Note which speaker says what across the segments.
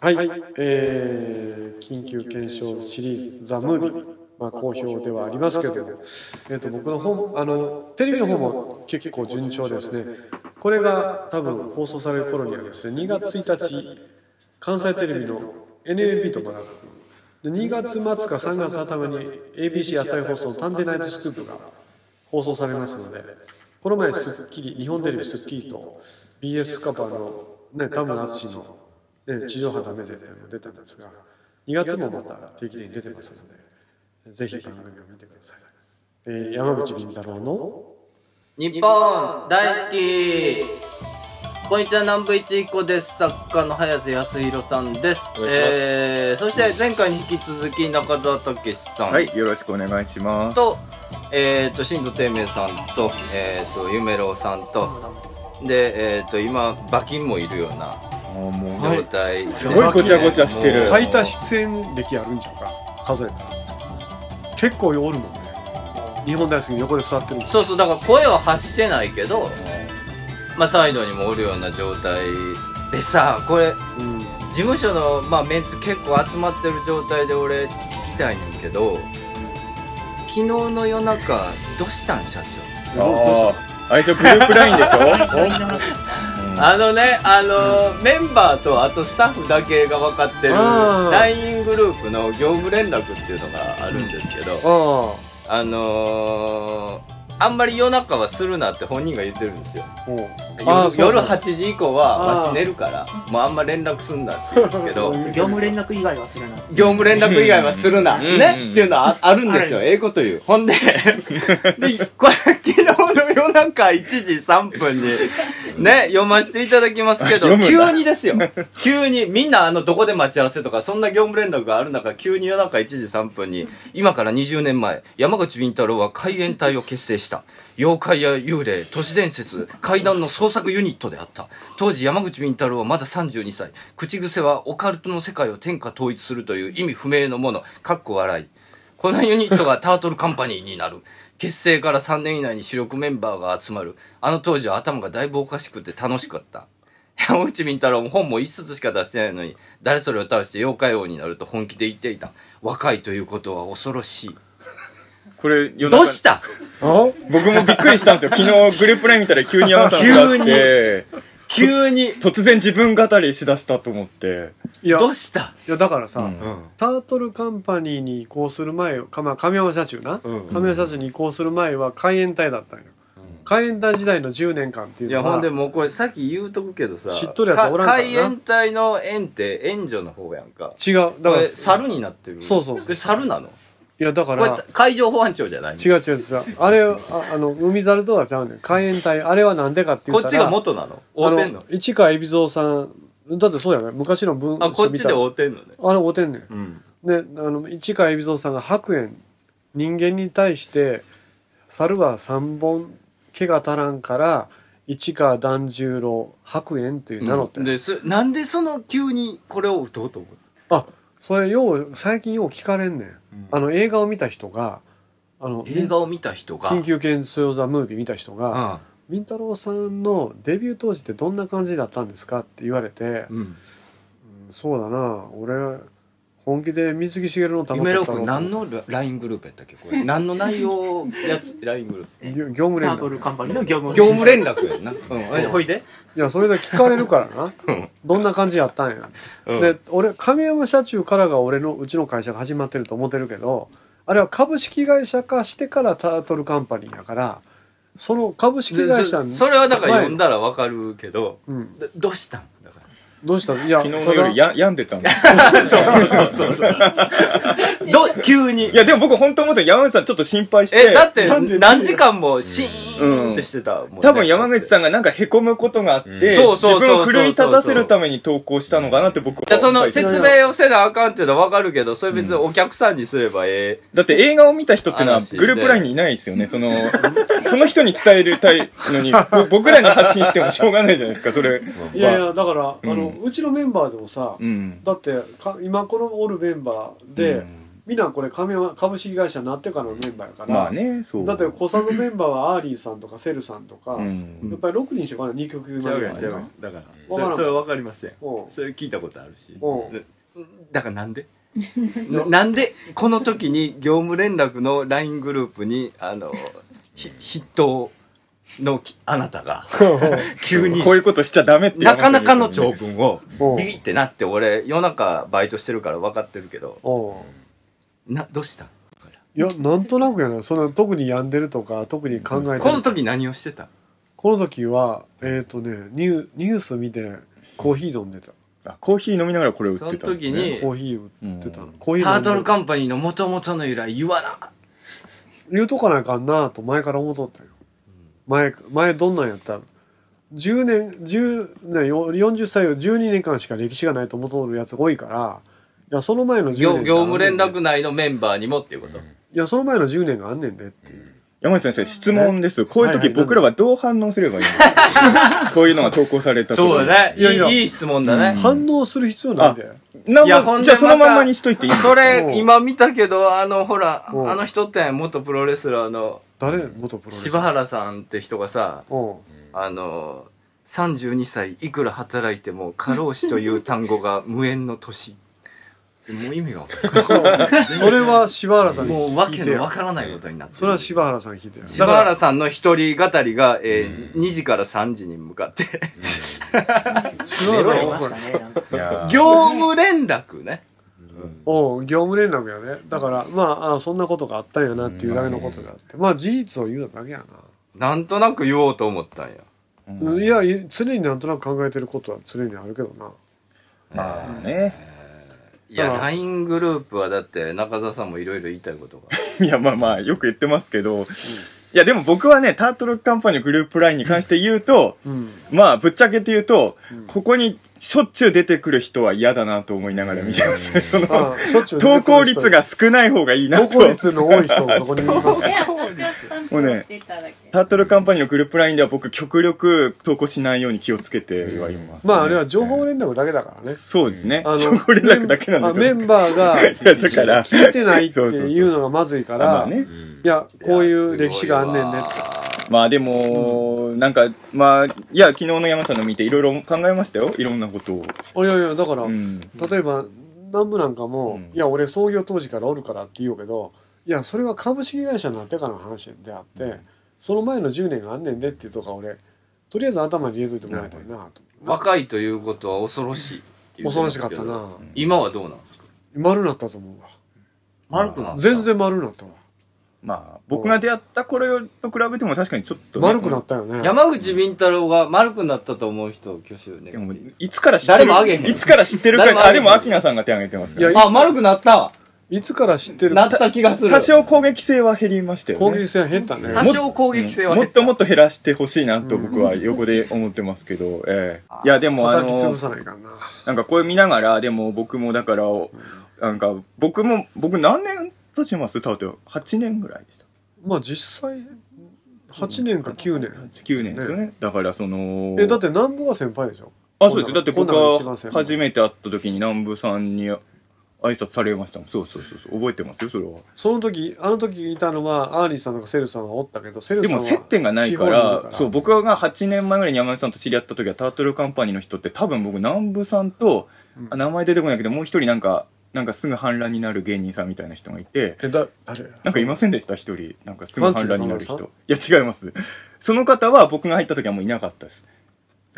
Speaker 1: はい、えー緊急検証シリーズ「ザ・ムービー」まあ、好評ではありますけども、えー、と僕の本あのテレビの方も結構順調ですねこれが多分放送される頃にはですね2月1日関西テレビの NAB とかなで2月末か3月頭に ABC 朝日放送の「探偵ナイトスクープ」が放送されますのでこの前『スッキリ』日本テレビ『スッキリ』と BS カバーの、ね、田村淳の、ね、地上波ダメで」っていうのが出たんですが2月もまた定期的に出てますのでぜひ番組を見てください、えー山口倫太郎の
Speaker 2: 日本大好きこんにちは南部一彦です作家の早瀬康弘さんです
Speaker 3: お願いします
Speaker 2: えー、そして前回に引き続き中澤武さん、
Speaker 3: はい、よろしくお願いします。
Speaker 2: と、えっ、と、新藤天明さんと、えっ、と、ゆめろうさんと、で、えっ、と、今、馬琴もいるような
Speaker 3: もうもう
Speaker 2: 状態で、
Speaker 3: すごいごちゃごちゃしてる
Speaker 2: もう
Speaker 1: 最多出演歴あるんちゃうか数えたら結構おるもんね日本大好きに横で座ってる
Speaker 2: そうそう、だから声は発してないけど、まあ、サイドにもおるような状態でさ、これ、
Speaker 1: うん
Speaker 2: 事務所の、まあ、メンツ結構集まってる状態で俺、聞きたいねんだけど、昨日の夜中、どうしたん、社長。
Speaker 3: ああ、相性グループラインでしょ。うん
Speaker 2: あのね、あのーメンバーとあとスタッフだけが分かってる
Speaker 1: あー
Speaker 2: LINE グループの業務連絡っていうのがあるんですけど、
Speaker 1: あ
Speaker 2: あのーあんまり夜中はするなって本人が言ってるんですよ。
Speaker 1: あうん
Speaker 2: 夜
Speaker 1: あーそうそう
Speaker 2: 夜8時以降は
Speaker 1: あー
Speaker 2: わし寝るから、もうあんま連絡すんなって言うんですけど、
Speaker 4: 業務連絡以外はするな。
Speaker 2: 業務連絡以外はするな、
Speaker 3: うんうんうん
Speaker 2: ねっていうのはああるんですよ。
Speaker 4: あ
Speaker 2: ええこと言う。ほんで、で、これ昨日の夜中1時3分に、ね、読ませていただきますけど
Speaker 3: 読、むんだ
Speaker 2: 急にですよ。急に、みんなあの、どこで待ち合わせとか、そんな業務連絡がある中、急に夜中1時3分に、今から20年前、山口敏太郎は海援隊を結成した。妖怪や幽霊、都市伝説、怪談の創作ユニットであった。当時山口敏太郎はまだ32歳。口癖はオカルトの世界を天下統一するという意味不明のもの。かっこ笑い。このユニットがタートルカンパニーになる。結成から3年以内に主力メンバーが集まる。あの当時は頭がだいぶおかしくて楽しかった。山口敏太郎も本も一冊しか出してないのに、誰それを倒して妖怪王になると本気で言っていた。若いということは恐ろしい。
Speaker 3: これ、夜
Speaker 2: どうした
Speaker 1: あ
Speaker 3: 僕もびっくりしたんですよ。昨日グループライン見たら急に山さんがあって、
Speaker 2: 急に。
Speaker 3: 突然自分語りしだしたと思って。
Speaker 1: いや
Speaker 2: どうした
Speaker 1: いやだからさ、
Speaker 3: うん
Speaker 1: タートルカンパニーに移行する前か、まあ、亀山社中な、
Speaker 2: うん
Speaker 1: 亀山社中に移行する前は海援隊だったんよ、海援隊時代の10年間っていう
Speaker 2: い
Speaker 1: のは
Speaker 2: や、ほんでもうこれさっき言うとくけどさ、
Speaker 1: 知っとるやつおらんからな
Speaker 2: 海援隊の縁って援助の方やんか。
Speaker 1: 違うだ
Speaker 2: こ
Speaker 1: から
Speaker 2: れ猿になってる。
Speaker 1: そうそうそう
Speaker 2: これ猿なの
Speaker 1: いやだか
Speaker 2: これ
Speaker 1: ら
Speaker 2: 海上保安庁じゃないの
Speaker 1: 違う違う違うあれああの海猿とはちゃうねん海援隊あれはなんでかって言
Speaker 2: こ
Speaker 1: った
Speaker 2: っ
Speaker 1: ら
Speaker 2: ちが元なの
Speaker 1: あ
Speaker 2: 合うてんの
Speaker 1: 市川海老蔵さんだってそうやね昔の文
Speaker 2: あ、こっちで
Speaker 1: あ
Speaker 2: 合うてんのね。
Speaker 1: れおてんねん
Speaker 2: うん。
Speaker 1: であの市川海老蔵さんが白猿人間に対して猿は3本毛が足らんから市川團十郎白猿という名乗って、
Speaker 2: で、そなんでその急にこれを打とうと思う
Speaker 1: それよう最近よう聞かれんねんあの映画を見た人があの
Speaker 2: 映画を見た人が。
Speaker 1: 緊急検証ザ・ムービー見た人が「り、んたろうさんのデビュー当時ってどんな感じだったんですか?」って言われて
Speaker 2: うん。うん。
Speaker 1: 「そうだな俺本気で水木しげるのた
Speaker 2: 夢郎君何のラ LINE グループやったっけこれ。何の内容やつ ?LINE グループ。
Speaker 1: 業務連
Speaker 4: ター
Speaker 1: 絡
Speaker 4: トルカンパニーの業務
Speaker 2: 業務連絡やんな。うんえ。ほいで。
Speaker 1: いや、それで聞かれるからな。どんな感じやったんや。
Speaker 2: うん
Speaker 1: で、俺、亀山社中からが俺の、うちの会社が始まってると思ってるけど、あれは株式会社化してからタートルカンパニーやから、その株式
Speaker 2: で
Speaker 1: 会社
Speaker 2: そ
Speaker 1: に、
Speaker 2: それはだから読んだらわかるけど、
Speaker 1: うん、
Speaker 2: どどうしたんだか
Speaker 1: どうしたいや、
Speaker 3: 昨日の夜
Speaker 1: ただ
Speaker 3: や病んでたんです
Speaker 2: らど、急に
Speaker 3: い。や、でも僕本当思ったら山口さんちょっと心配して。
Speaker 2: え、だって
Speaker 1: なんで
Speaker 2: 何時間もシーンってしてたもんね。
Speaker 3: 多分山口さ
Speaker 2: ん。
Speaker 3: んがなんか凹むことがあって、
Speaker 5: うん
Speaker 2: そうそうそうそう
Speaker 3: 自分を奮い立たせるために投稿したのかなって僕は思った
Speaker 2: そ
Speaker 3: ん
Speaker 2: の
Speaker 3: ですよ
Speaker 2: 説明をせなあかんっていうのはわかるけど、それ別にお客さんにすればええ。
Speaker 3: だって映画を見た人ってのは
Speaker 2: 嵐で
Speaker 3: グループラインにいないですよね。その、 その人に伝えるたいの に、ぼ僕らに発信してもしょうがないじゃないですか、それ。
Speaker 1: いやいや、だから、
Speaker 3: うん
Speaker 1: あの、うちのメンバーでもさ、
Speaker 3: うん。
Speaker 1: だってか、今このおるメンバーで、
Speaker 3: うん
Speaker 1: みんなこれ株は株式会社になってからのメンバーやから、
Speaker 3: まあね、そう。
Speaker 1: だって小佐のメンバーはアーリーさんとかセルさんとか、
Speaker 3: う
Speaker 1: やっ
Speaker 3: ん。
Speaker 1: ぱり6人しかまだ2曲
Speaker 2: ちゃう
Speaker 1: う
Speaker 2: やん
Speaker 1: ん
Speaker 2: ちゃうや
Speaker 1: うん
Speaker 2: だ
Speaker 1: わ
Speaker 2: からそ
Speaker 1: からん
Speaker 2: れそれ分かりません
Speaker 1: ん
Speaker 2: それ聞いたことあるし
Speaker 1: うん
Speaker 2: だから なんでななんでこの時に業務連絡の LINE グループにあのひ筆頭のきあなた が急に
Speaker 3: こういうことしちゃダメっていう話
Speaker 2: なかなかの長文を
Speaker 1: うん
Speaker 2: ビビってなって俺夜中バイトしてるから分かってるけど
Speaker 1: うん
Speaker 2: などうした
Speaker 1: いやなんとなくやなその特に病んでるとか特に考えてる
Speaker 2: この時何をしてた
Speaker 1: この時はえっ、とねニューニュース見てコーヒー飲んでた、
Speaker 3: あコーヒー飲みながらこれ売ってたんですね。
Speaker 2: その時にええ
Speaker 1: コーヒー売ってたの、
Speaker 3: うん
Speaker 1: コーヒー
Speaker 2: タ
Speaker 1: 飲ん
Speaker 2: ー
Speaker 1: で
Speaker 2: トルカンパニーの元々の由来言わな
Speaker 1: 言うとかなあかんなと前から思っとったよ前前どんなんやったら10年10年よ40歳を12年間しか歴史がないと思っとるやつ多いからいやその前の10年
Speaker 2: 業
Speaker 1: って
Speaker 2: 業務連
Speaker 1: あんねん
Speaker 2: 絡内のメンバーにもっていうこと、
Speaker 1: いやその前の10年があんねんでっていう
Speaker 3: 山内先生、質問です。こういう
Speaker 1: はいはい
Speaker 3: 時僕らはどう反応すればいい のこういうのが投稿された時
Speaker 2: そうだねいい
Speaker 1: いやいや
Speaker 2: いい質問だね、
Speaker 3: うん
Speaker 1: 反応する必要ないんだよ
Speaker 3: なん
Speaker 2: いやほん
Speaker 3: も
Speaker 2: で
Speaker 3: じゃあその
Speaker 2: また
Speaker 3: まんまにしといていい
Speaker 2: そ
Speaker 1: うん
Speaker 2: れ、今見たけど、あの、ほら、あ
Speaker 1: うん
Speaker 2: の人って元プロレスラーの
Speaker 1: 誰元プロレス
Speaker 2: 柴原さんって人がさ、
Speaker 1: うん
Speaker 2: あの、32歳いくら働いても過労死という単語が無縁の年。もう意味がわか
Speaker 1: それは柴原さ
Speaker 2: ら
Speaker 1: ん
Speaker 2: ん。
Speaker 1: に
Speaker 2: もうわ
Speaker 1: 聞い
Speaker 2: け
Speaker 1: て
Speaker 2: の
Speaker 1: よ
Speaker 2: わからないことになってる
Speaker 1: それは柴原さんに聞いてよ
Speaker 2: 柴
Speaker 1: だから
Speaker 2: 原さんの一人語りが、えー2時から3時に向かって、
Speaker 1: 柴
Speaker 4: 言
Speaker 1: 原さん
Speaker 4: いま
Speaker 1: は
Speaker 4: したね。なんか
Speaker 3: いやー
Speaker 2: 業務連絡ね。
Speaker 1: おう業務連絡やねだからまああそんなことがあったんやなっていうだけのことであってまあ事実を言うだけや
Speaker 2: なんとなく言おうと思ったんや。
Speaker 1: な、いやい常になんとなく考えてることは常にあるけどな
Speaker 3: まあね。
Speaker 2: いや、
Speaker 1: うん
Speaker 2: LINE グループはだって中澤さんもいろいろ言いた いことが。
Speaker 3: いや、まあまあ、よく言ってますけど。いや、でも僕はね、タートルカンパニーのグループラインに関して言うと、
Speaker 1: うん
Speaker 3: まあ、ぶっちゃけて言うと
Speaker 1: うん、
Speaker 3: ここにしょっちゅう出てくる人は嫌だなと思いながら見てます ね。その、
Speaker 1: ああしょっちゅう出て
Speaker 3: 投
Speaker 1: くる
Speaker 3: 稿
Speaker 1: 人
Speaker 3: 率が少ない方がいいな
Speaker 1: 投
Speaker 3: と。
Speaker 1: 稿率の多い人をそこに見ま
Speaker 5: い
Speaker 1: す
Speaker 5: や、私はスタンプをしてただけ。
Speaker 3: タートルカンパニーのグループラインでは僕極力投稿しないように気をつけてはいます、
Speaker 1: まああれは情報連絡だけだからね
Speaker 3: そうですね。
Speaker 1: あの
Speaker 3: 情報連絡だけなんです
Speaker 1: メ
Speaker 3: よ。
Speaker 1: ンバーが
Speaker 3: いや、だから。
Speaker 1: 聞いてないっていうのがまずいから
Speaker 3: まあね。
Speaker 1: いやこういう歴史があんねんね
Speaker 2: いやすごいわ
Speaker 3: まあでも、なんか、まあ、いや、昨日の山さんの見ていろいろ考えましたよ。いろんなことを。
Speaker 1: あいやいやだから、
Speaker 3: うん。
Speaker 1: 例えば南部なんかも、
Speaker 3: うん
Speaker 1: いや俺創業当時からおるからって言うけどいやそれは株式会社になってからの話であって、その前の10年があんねんでっていうとか俺とりあえず頭に入れといてもらいたいなと
Speaker 2: 若いということは恐ろしいって言っ
Speaker 1: 恐
Speaker 2: てま
Speaker 1: ろ
Speaker 2: す
Speaker 1: し
Speaker 2: け
Speaker 1: か
Speaker 2: ど
Speaker 1: ったな
Speaker 2: 今はどうなんですか
Speaker 1: 丸なったと思うわ
Speaker 2: 丸くなった
Speaker 1: 全然丸なったわ
Speaker 3: まあ、僕が出会った頃と比べても確かにちょっとね、
Speaker 1: 丸くなったよね
Speaker 2: 山口敏太郎が丸くなったと思う人を挙手
Speaker 3: で
Speaker 2: 願っ
Speaker 3: も
Speaker 2: ていいです
Speaker 3: いつから知っ
Speaker 2: 誰
Speaker 3: てる
Speaker 2: もあげへん
Speaker 3: いつから知ってるか
Speaker 2: 誰もあげへん
Speaker 3: あ、でも、アキナさんが手挙げてますから、
Speaker 1: い
Speaker 3: ね。
Speaker 1: や
Speaker 2: かあ丸くなった
Speaker 1: いつから知ってる
Speaker 2: なった気がする
Speaker 3: 多少攻撃性は減りましたよね。
Speaker 1: 攻撃性は減ったね
Speaker 2: 多少攻撃性は
Speaker 3: も
Speaker 2: 減
Speaker 3: っ
Speaker 2: った
Speaker 3: ともっと減らしてほしいなと僕は横で思ってますけど、ええいや、でもあ
Speaker 1: 叩き潰
Speaker 3: の、
Speaker 1: さないかんな
Speaker 3: なんかこれ見ながら、でも僕もだから、なんか僕も、僕何年経ちますたぶん8年ぐらいでした。
Speaker 1: まあ実際8年か9年
Speaker 3: 9年ですよね。だからその、
Speaker 1: えだって南部が先輩でしょ
Speaker 3: あ、そうですよ。だって僕
Speaker 1: こんなの一番
Speaker 3: は
Speaker 1: 先輩
Speaker 3: 初めて会った時に南部さんに挨拶されましたもん。そうそうそうそう。覚えてますよ、それは。
Speaker 1: その時あの時いたのはアーリーさんとかセルさんはおったけどセル
Speaker 3: で
Speaker 1: さん
Speaker 3: も
Speaker 1: は
Speaker 3: 接点がないか
Speaker 1: 地方にいる
Speaker 3: ら
Speaker 1: から
Speaker 3: そう僕が8年前ぐらいに山根さんと知り合った時はタートルカンパニーの人って多分僕南部さんと、
Speaker 1: うん
Speaker 3: あ名前出てこないけどもう一人なんかなんかすぐ反乱になる芸人さんみたいな人がいて
Speaker 1: えだ誰
Speaker 3: なんかいませんでした一人なんかすぐ反乱になる人
Speaker 1: ファン
Speaker 3: いや違いますその方は僕が入った時はもういなかったです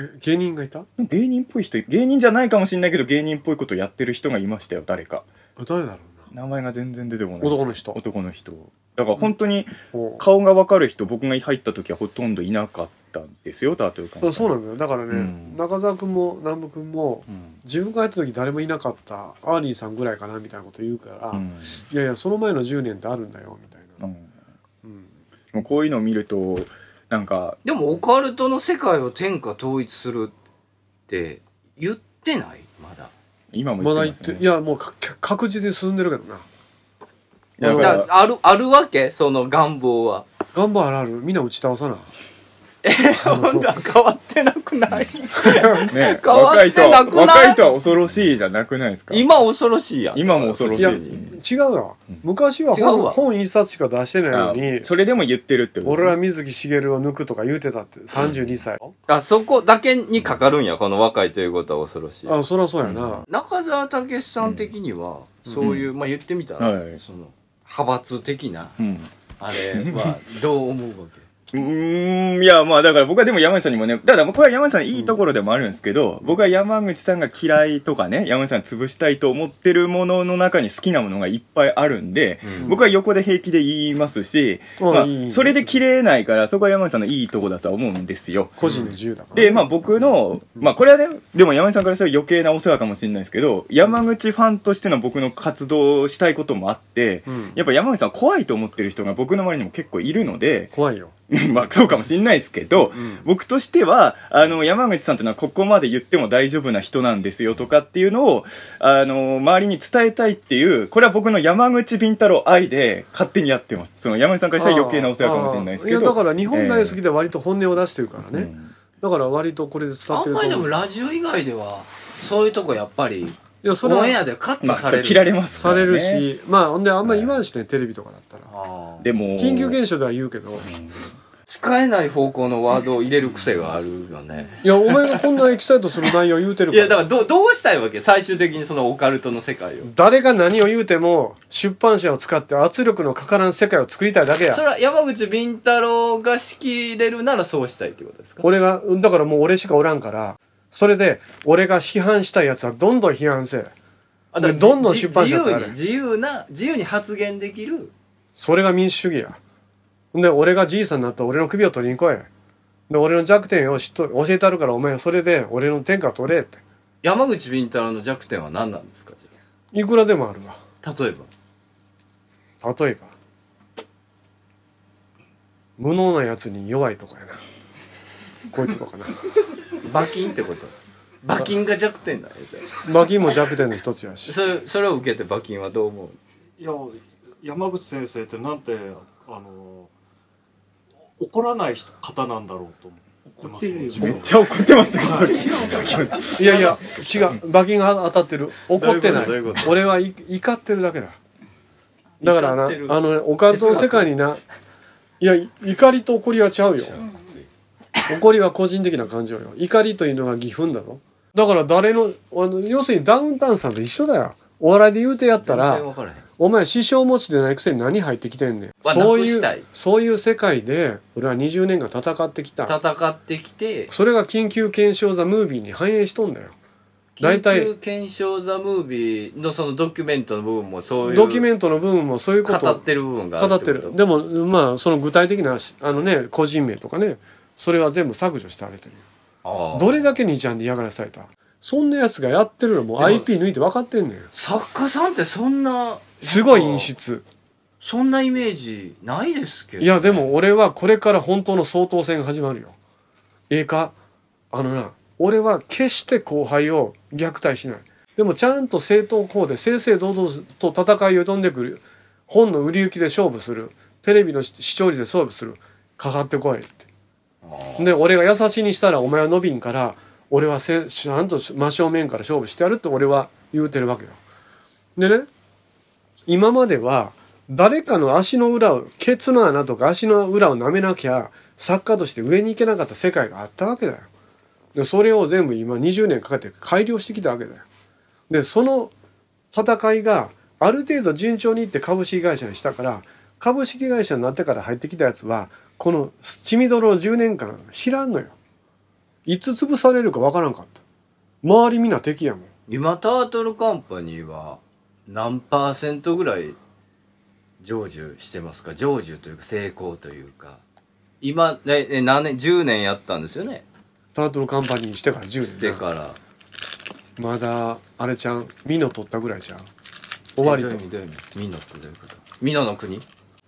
Speaker 1: え芸人がいた
Speaker 3: 芸人っぽい人芸人じゃないかもしれないけど芸人っぽいことやってる人がいましたよ誰か
Speaker 1: あ誰だろう
Speaker 3: 名前が全然出てこない
Speaker 1: な男の人
Speaker 3: 男の人だから本当に
Speaker 1: お
Speaker 3: 顔が分かる人僕が入った時はほとんどいなかったんですよタートルカンパニー
Speaker 1: そうなんだよだからね、
Speaker 3: うん
Speaker 1: 中澤君も南部君も
Speaker 3: うん
Speaker 1: 自分がやった時誰もいなかったアーリーさんぐらいかなみたいなこと言うから、
Speaker 3: うん
Speaker 1: いやいやその前の10年ってあるんだよみたいな、
Speaker 3: うん
Speaker 1: うん
Speaker 3: もうこういうのを見るとなんか
Speaker 2: でもオカルトの世界を天下統一するって言ってないまだ
Speaker 3: 今も
Speaker 1: まだ言
Speaker 3: 言っ
Speaker 1: って
Speaker 3: ます
Speaker 1: て
Speaker 3: よ
Speaker 1: い
Speaker 3: ね
Speaker 1: やもうか確実に進んでるけどな
Speaker 3: だか
Speaker 2: だ
Speaker 3: ら
Speaker 2: あるあるわけその願望は
Speaker 1: 頑張るあるみんな打ち倒さな
Speaker 2: えほんと変わっってなくない
Speaker 3: ね
Speaker 2: 変わ
Speaker 3: 若
Speaker 2: っ
Speaker 3: いと
Speaker 2: てな
Speaker 3: は、
Speaker 2: くない
Speaker 3: 若いとは恐ろしいじゃなくないですか
Speaker 2: 今恐ろしいやん。
Speaker 3: 今も恐ろしいですね。
Speaker 1: 違うわ昔は
Speaker 2: 違う
Speaker 1: 本
Speaker 2: わ
Speaker 1: 本一冊しか出してないの
Speaker 3: あ
Speaker 1: に
Speaker 3: それでも言ってるってこと
Speaker 1: 俺
Speaker 3: です
Speaker 1: ら
Speaker 3: ね
Speaker 1: 水木しげるを抜くとか言うてたって32歳
Speaker 2: あ、そこだけにかかるんや、この若いということは恐ろしい。
Speaker 1: あそりゃそうやな、
Speaker 2: 中澤武さん的には、そういう、まあ言ってみたら、
Speaker 3: はい
Speaker 2: その、派閥的な、
Speaker 3: うん
Speaker 2: あれは、どう思うわけ
Speaker 3: うーん、いや、まあだから僕はでも山口さんにもね、ただこれは山口さんのいいところでもあるんですけど、僕は山口さんが嫌いとかね、山口さん潰したいと思ってるものの中に好きなものがいっぱいあるんで、
Speaker 2: うん
Speaker 3: 僕は横で平気で言いますし、
Speaker 1: うん
Speaker 3: ま
Speaker 1: いい
Speaker 3: あ、それで切れないから、そこは山口さんのいいとこだとは思うんですよ。
Speaker 1: 個人の自由だから
Speaker 3: で、まあ僕の、まあこれはね、でも山口さんからしたら余計なお世話かもしれないですけど、山口ファンとしての僕の活動をしたいこともあって、
Speaker 1: うん
Speaker 3: やっぱ山口さんは怖いと思ってる人が僕の周りにも結構いるので、
Speaker 1: 怖いよ
Speaker 3: まあそうかもしんないですけど、僕としては、あの、山口さんっていうのはここまで言っても大丈夫な人なんですよとかっていうのを、あの、周りに伝えたいっていう、これは僕の山口敏太郎愛で勝手にやってます。その山口さんからしたら余計なお世話かもしれないですけど。
Speaker 1: あーいやだから日本大好きで割と本音を出してるからね、
Speaker 3: うん
Speaker 1: だから割とこれで伝わっ
Speaker 2: あ
Speaker 1: て
Speaker 2: ん
Speaker 1: ると
Speaker 2: まりで
Speaker 1: 思
Speaker 2: も
Speaker 1: う
Speaker 2: ラジオ以外では、そういうとこやっぱり、
Speaker 1: いやそれ
Speaker 2: オ
Speaker 1: は
Speaker 2: ンエアでカット
Speaker 3: まあ、
Speaker 2: さ
Speaker 3: そ
Speaker 2: れ
Speaker 3: う
Speaker 2: る。
Speaker 3: 切られますか
Speaker 1: さ
Speaker 3: ら、ね。
Speaker 1: れるしまあほんであんまり言わんしねテレビとかだったら
Speaker 2: あー
Speaker 3: でも、
Speaker 1: 緊急現象では言うけど
Speaker 2: 使えない方向のワードを入れる癖があるよね。
Speaker 1: いやお前がこんなエキサイトする内容言うてる
Speaker 2: い
Speaker 1: から
Speaker 2: や、だからどう、どうしたいわけ最終的にそのオカルトの世界を。
Speaker 1: 誰が何を言うても出版社を使って圧力のかからん世界を作りたいだけや
Speaker 2: それは山口敏太郎が仕切れるならそうしたいってことですか
Speaker 1: 俺がだからもう俺しかおらんからそれで俺が批判したいやつはどんどん批判せえ
Speaker 2: あだから
Speaker 1: どんどん
Speaker 2: じ
Speaker 1: 出版社ってある
Speaker 2: 自由に自由な自由に発言できる
Speaker 1: それが民主主義やほんで俺がじいさんになったら俺の首を取りに来いで俺の弱点を知っと教えてあるからお前それで俺の天下取れって
Speaker 2: 山口敏太郎の弱点は何なんですかじ
Speaker 1: いくらでもあるわ
Speaker 2: ゃあ例えば
Speaker 1: 例えば無能なやつに弱いとかやなこいつとかな
Speaker 2: 馬琴ってこと馬琴が弱点だねじゃあ
Speaker 1: 馬琴も弱点の一つやし
Speaker 2: それそれを受けて馬琴はどう思う
Speaker 6: いや山口先生ってなんてあの怒らない人方なんだろうと思ってま
Speaker 4: 怒って
Speaker 6: すね
Speaker 4: るよ
Speaker 6: 自分
Speaker 3: め
Speaker 6: は
Speaker 3: っちゃ怒ってますね、さっき。
Speaker 1: いやいや違う馬琴が当たってる怒ってない
Speaker 2: どういうことどういうこと
Speaker 1: 俺はい怒ってるだけだだからな
Speaker 2: 怒ってる
Speaker 1: あのねオカルトの世界にないやい怒りと怒りは違うよ怒りは個人的な感情よ怒りというのが義憤だろだから誰のあの要するにダウンタウンさんと一緒だよお笑いで言うてやった
Speaker 2: 全
Speaker 1: ら
Speaker 2: 然分からへん
Speaker 1: お前師匠持ちでないくせに何入ってきてんねん
Speaker 2: わ
Speaker 1: そう
Speaker 2: なく
Speaker 1: い
Speaker 2: したいう
Speaker 1: そういう世界で俺は20年間戦ってきた
Speaker 2: 戦ってきて
Speaker 1: それが緊急検証ザ・ムービーに反映しとんだよ
Speaker 2: 緊
Speaker 1: 大体
Speaker 2: 急検証ザムービーのそのドキュメントの部分もそういう
Speaker 1: ドキュメントの部分もそういうこ
Speaker 2: 語
Speaker 1: と
Speaker 2: ってる部分がある
Speaker 1: 語って
Speaker 2: こと
Speaker 1: るでもまあその具体的なしあのね個人名とかねそれは全部削除してあげてる
Speaker 2: ああ
Speaker 1: どれだけ兄ちゃんに嫌がらせされたそんなやつがやってるのもう IP 抜いて分かってんねん
Speaker 2: 作家さんってそんな
Speaker 1: すごい陰湿
Speaker 2: そんなイメージないですけど
Speaker 1: いやでも俺はこれから本当の総統戦が始まるよええかあのな俺は決して後輩を虐待しないでもちゃんと正当法で正々堂々と戦いを挑んでくる本の売り行きで勝負するテレビの視視聴率で勝負するかかってこいってで俺が優しいにしたらお前は伸びんから俺はせちゃんと真正面から勝負してやるって俺は言うてるわけよ。でね今までは誰かの足の裏をケツの穴とか足の裏を舐めなきゃ作家として上に行けなかった世界があったわけだよ。でそれを全部今20年かかって改良してきたわけだよ。でその戦いがある程度順調にいって株式会社にしたから株式会社になってから入ってきたやつはこの血みどろを10年間知らんのよいつ潰されるかわからんかった周りみんな敵やもん
Speaker 2: 今タートルカンパニーは何パーセントぐらい成就してますか成就というか成功というか今ねね何年10年やったんですよね
Speaker 1: タートルカンパニーにしてから10
Speaker 2: で
Speaker 1: 年な
Speaker 2: から
Speaker 1: まだあれちゃんミノ取ったぐらいじゃん終わり
Speaker 2: え
Speaker 1: と
Speaker 2: どういう意味どういう意味ミノってどういうことミノの国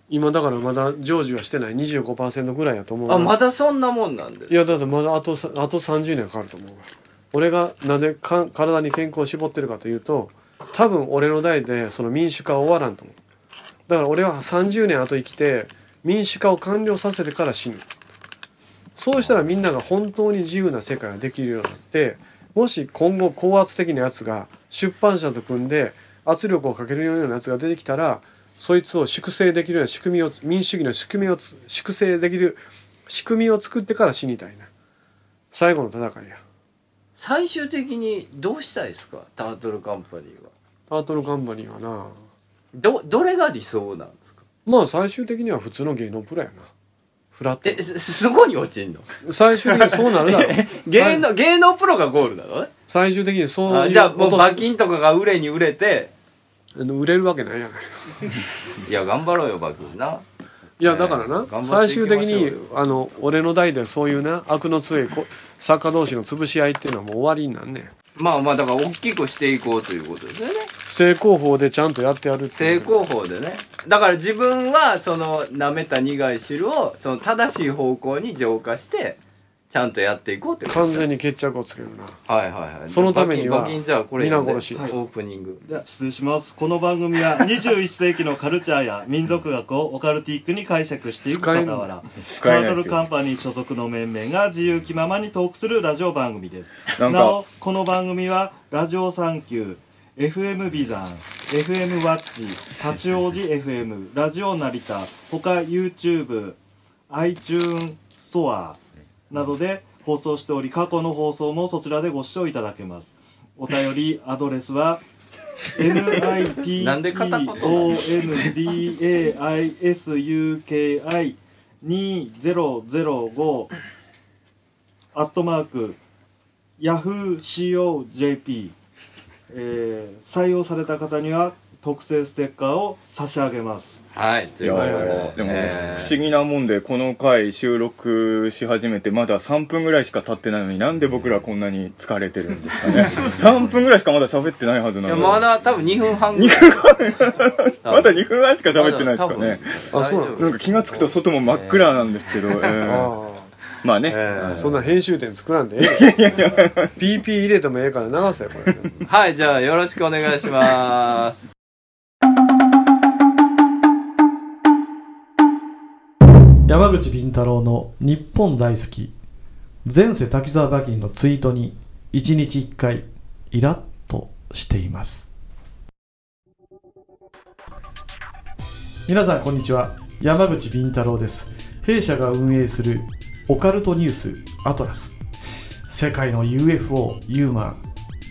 Speaker 1: 今だからまだ成就はしてない25%ぐらいやと思うな
Speaker 2: あまだそんなもんなんです
Speaker 1: いやだってまだあとさあと30年かかると思うわ俺がなんでか体に健康を絞ってるかというと多分俺の代でその民主化は終わらんと思うだから俺は30年後生きて民主化を完了させてから死ぬそうしたらみんなが本当に自由な世界ができるようになってもし今後高圧的なやつが出版社と組んで圧力をかけるようなやつが出てきたらそいつを粛清できるような仕組みを民主主義の仕組みをつ粛清できる仕組みを作ってから死にたいな最後の戦いや
Speaker 2: 最終的にどうしたいですかタートルカンパニーは
Speaker 1: タートルカンパニーはな
Speaker 2: どどれが理想なんですか
Speaker 1: まあ最終的には普通の芸能プロやなフラッ
Speaker 2: え
Speaker 1: ト
Speaker 2: すすごいに落ちんの
Speaker 1: 最終的にそうなる だろ
Speaker 2: 芸能芸能プロがゴールなのね
Speaker 1: 最終的にそう
Speaker 2: あ
Speaker 1: いう
Speaker 2: じゃあもう
Speaker 1: こと
Speaker 2: 馬金とかが売れに売れて
Speaker 1: あの売れるわけないやない
Speaker 2: いや頑張ろうよ馬金ない
Speaker 1: やだから
Speaker 2: ね
Speaker 1: な
Speaker 2: え頑張
Speaker 1: 最
Speaker 2: っていきまし
Speaker 1: 終
Speaker 2: ょうよ
Speaker 1: 的にあの俺の代でそういうな悪の強いこ作家同士の潰し合いっていうのはもう終わりになんねん
Speaker 2: まあまあだから大きくしていこうということですよね
Speaker 1: 正攻法でちゃんとやってやるってい
Speaker 2: 正
Speaker 1: う
Speaker 2: 攻法でねだから自分はその舐めた苦い汁をその正しい方向に浄化してちゃんとやっていこうってこと
Speaker 1: 完全に決着をつけるな
Speaker 2: はいはいはい
Speaker 1: そのためには
Speaker 2: 馬金じゃあこれ、ね、オ
Speaker 1: 皆殺し
Speaker 2: ープニング
Speaker 6: では失礼しますこの番組は21世紀のカルチャーや民族学をオカルティックに解釈していく
Speaker 1: 使え
Speaker 6: 傍
Speaker 1: んの
Speaker 6: らタ
Speaker 3: 使えない
Speaker 6: ート
Speaker 3: で
Speaker 6: ル
Speaker 3: す
Speaker 6: カ
Speaker 3: よ
Speaker 6: ンパニー所属の面々が自由気ままにトークするラジオ番組です
Speaker 3: な
Speaker 6: なん
Speaker 3: か
Speaker 6: おこの番組はラジオサンキュー FM ビザン FM ワッチ八王子 FM ラジオ成田他 YouTube iTunes ストアなどで放送しており過去の放送もそちらでご視聴いただけますお便りアドレスは
Speaker 2: なんで片言なの
Speaker 6: nitondai suki2005 アットマーク yahoo.co.jp、えー採用された方には特製ステッカーを差し上げます
Speaker 2: はいと
Speaker 3: い
Speaker 2: いう
Speaker 3: や
Speaker 2: こと
Speaker 3: いやいや
Speaker 2: で
Speaker 3: でも、
Speaker 2: えー
Speaker 3: 不思議なもんでこの回収録し始めてまだ3分ぐらいしか経ってないのになんで僕らこんなに疲れてるんですか ね3分ぐらいしかまだ喋ってないはずない
Speaker 2: や
Speaker 3: のに
Speaker 2: まだ多分2分半ぐらい
Speaker 3: まだ2分半しか喋ってないですかね
Speaker 1: あそうな
Speaker 3: なんか気がつくと外も真っ暗なんですけど、えー
Speaker 1: あ
Speaker 3: まあね、
Speaker 1: あそんな編集点作らんでええよ PP 入れてもええから流せよこれ
Speaker 2: はいじゃあよろしくお願いします
Speaker 7: 山口敏太郎の日本大好き前世滝沢馬琴のツイートに1日1回イラッとしています皆さんこんにちは山口敏太郎です弊社が運営するオカルトニュースアトラス世界の UFO ユーマン